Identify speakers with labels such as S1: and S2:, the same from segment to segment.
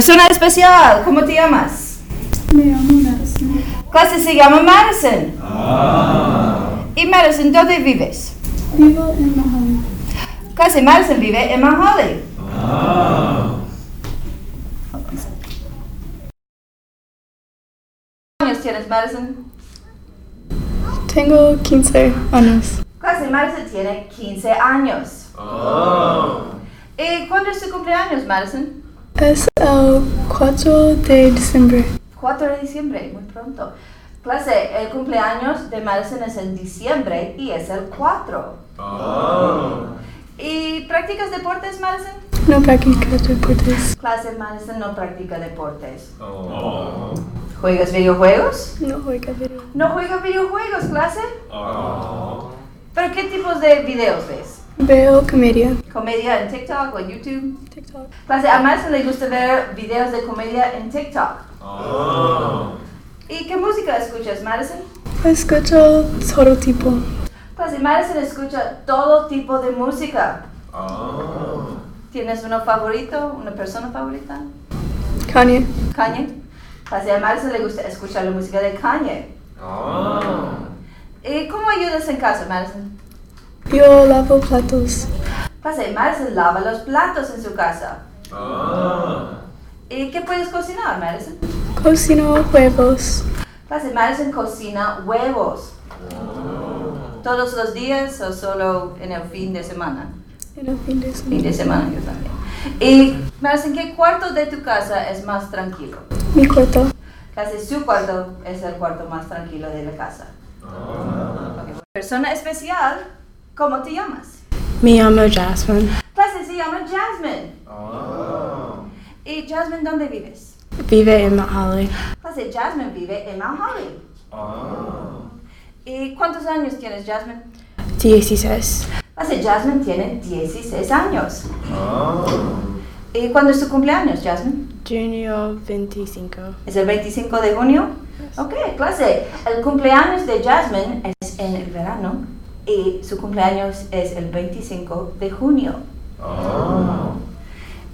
S1: Es una especial. ¿Cómo te llamas?
S2: Me llamo Madison.
S1: Clase se llama Madison. Y Madison, ¿dónde vives?
S2: Vivo en Mahoma.
S1: Clase Madison vive en Mahali. Ah. ¿Cuántos años tienes, Madison?
S2: Tengo 15 años.
S1: Clase Madison tiene 15 años. Ah. ¿Y cuándo es tu cumpleaños, Madison?
S2: Es el 4 de diciembre.
S1: 4 de diciembre, muy pronto. Clase, el cumpleaños de Madison es en diciembre y es el 4. ¿Y practicas deportes, Madison?
S2: No practico deportes.
S1: Clase, Madison no practica deportes. ¿Juegas videojuegos?
S2: No juego video.
S1: No juegas videojuegos, clase. ¿Pero qué tipos de videos ves?
S2: Veo comedia.
S1: ¿Comedia en TikTok o en YouTube?
S2: TikTok.
S1: Clase, a Madison le gusta ver videos de comedia en TikTok. ¿Y qué música escuchas, Madison?
S2: Escucho todo tipo.
S1: Clase, Madison escucha todo tipo de música. ¿Tienes uno favorito? ¿Una persona favorita?
S2: Kanye.
S1: Kanye. Clase, a Madison le gusta escuchar la música de Kanye. ¿Y cómo ayudas en casa, Madison?
S2: Yo lavo platos.
S1: Clase, Madison lava los platos en su casa. ¿Y qué puedes cocinar, Madison?
S2: Cocino huevos.
S1: Clase, Madison cocina huevos. ¿Todos los días o solo en el fin de semana?
S2: En el fin de
S1: Fin de
S2: semana.
S1: semana yo también. Y, Madison, ¿qué cuarto de tu casa es más tranquilo?
S2: Mi cuarto.
S1: Casi su cuarto es el cuarto más tranquilo de la casa. Ok. Persona especial, ¿cómo te llamas?
S3: Me llamo Jasmine.
S1: Clase se llama Jasmine. ¿Y Jasmine dónde vives?
S3: Vive en Ma'ale.
S1: Clase Jasmine vive en Mount Holly. ¿Y cuántos años tienes, Jasmine?
S3: 16.
S1: Clase Jasmine tiene 16 años. ¿Y cuándo es tu cumpleaños, Jasmine?
S3: Junior 25.
S1: Es el 25 de junio. Ok, clase. El cumpleaños de Jasmine es en el verano y su cumpleaños es el 25 de junio.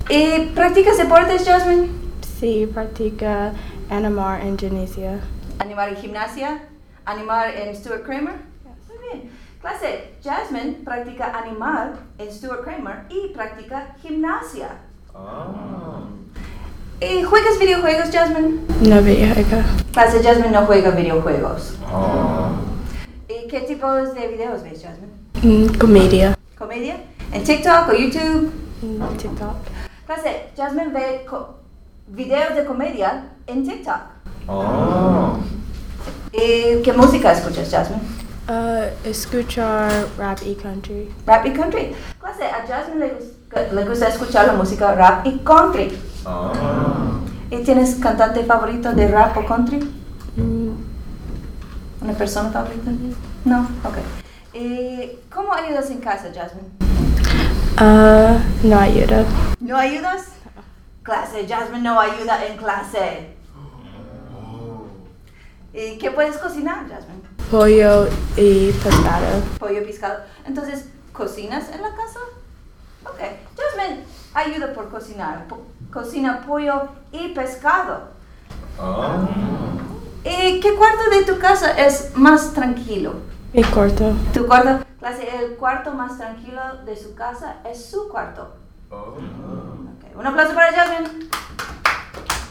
S1: ¿Y practicas deportes, Jasmine?
S3: Sí, practica animar en Indonesia.
S1: Animar en gimnasia, animar en Stuart Kramer. Muy bien. Clase, Jasmine practica animar en Stuart Kramer y practica gimnasia. ¿Y juegas videojuegos, Jasmine?
S3: No videojuego.
S1: Clase Jasmine no juega videojuegos. ¿Y qué tipos de videos ves, Jasmine?
S3: Mm, Comedia.
S1: ¿Comedia? ¿En TikTok o YouTube?
S3: Mm, TikTok.
S1: Clase, Jasmine ve co- videos de comedia en TikTok. ¿Y qué música escuchas, Jasmine?
S3: Uh, escuchar rap y country.
S1: Rap y country. Clase, a Jasmine le, gus- le gusta escuchar la música rap y country. ¿Y tienes cantante favorito de rap o country?
S3: Mm,
S1: ¿Una persona favorita? No, ok. ¿Y cómo ayudas en casa, Jasmine?
S3: uh, no ayuda.
S1: ¿No ayudas? Clase, Jasmine no ayuda en clase. ¿Y qué puedes cocinar, Jasmine?
S3: Pollo y pescado.
S1: Pollo, pescado. Entonces, ¿cocinas en la casa? Ok. Jasmine ayuda por cocinar. Po- cocina pollo y pescado. ¿Y qué cuarto de tu casa es más tranquilo?
S3: Y corto.
S1: ¿Tu cuarto? Clase, el cuarto más tranquilo de su casa es su cuarto. Ok, Un aplauso para Jasmine.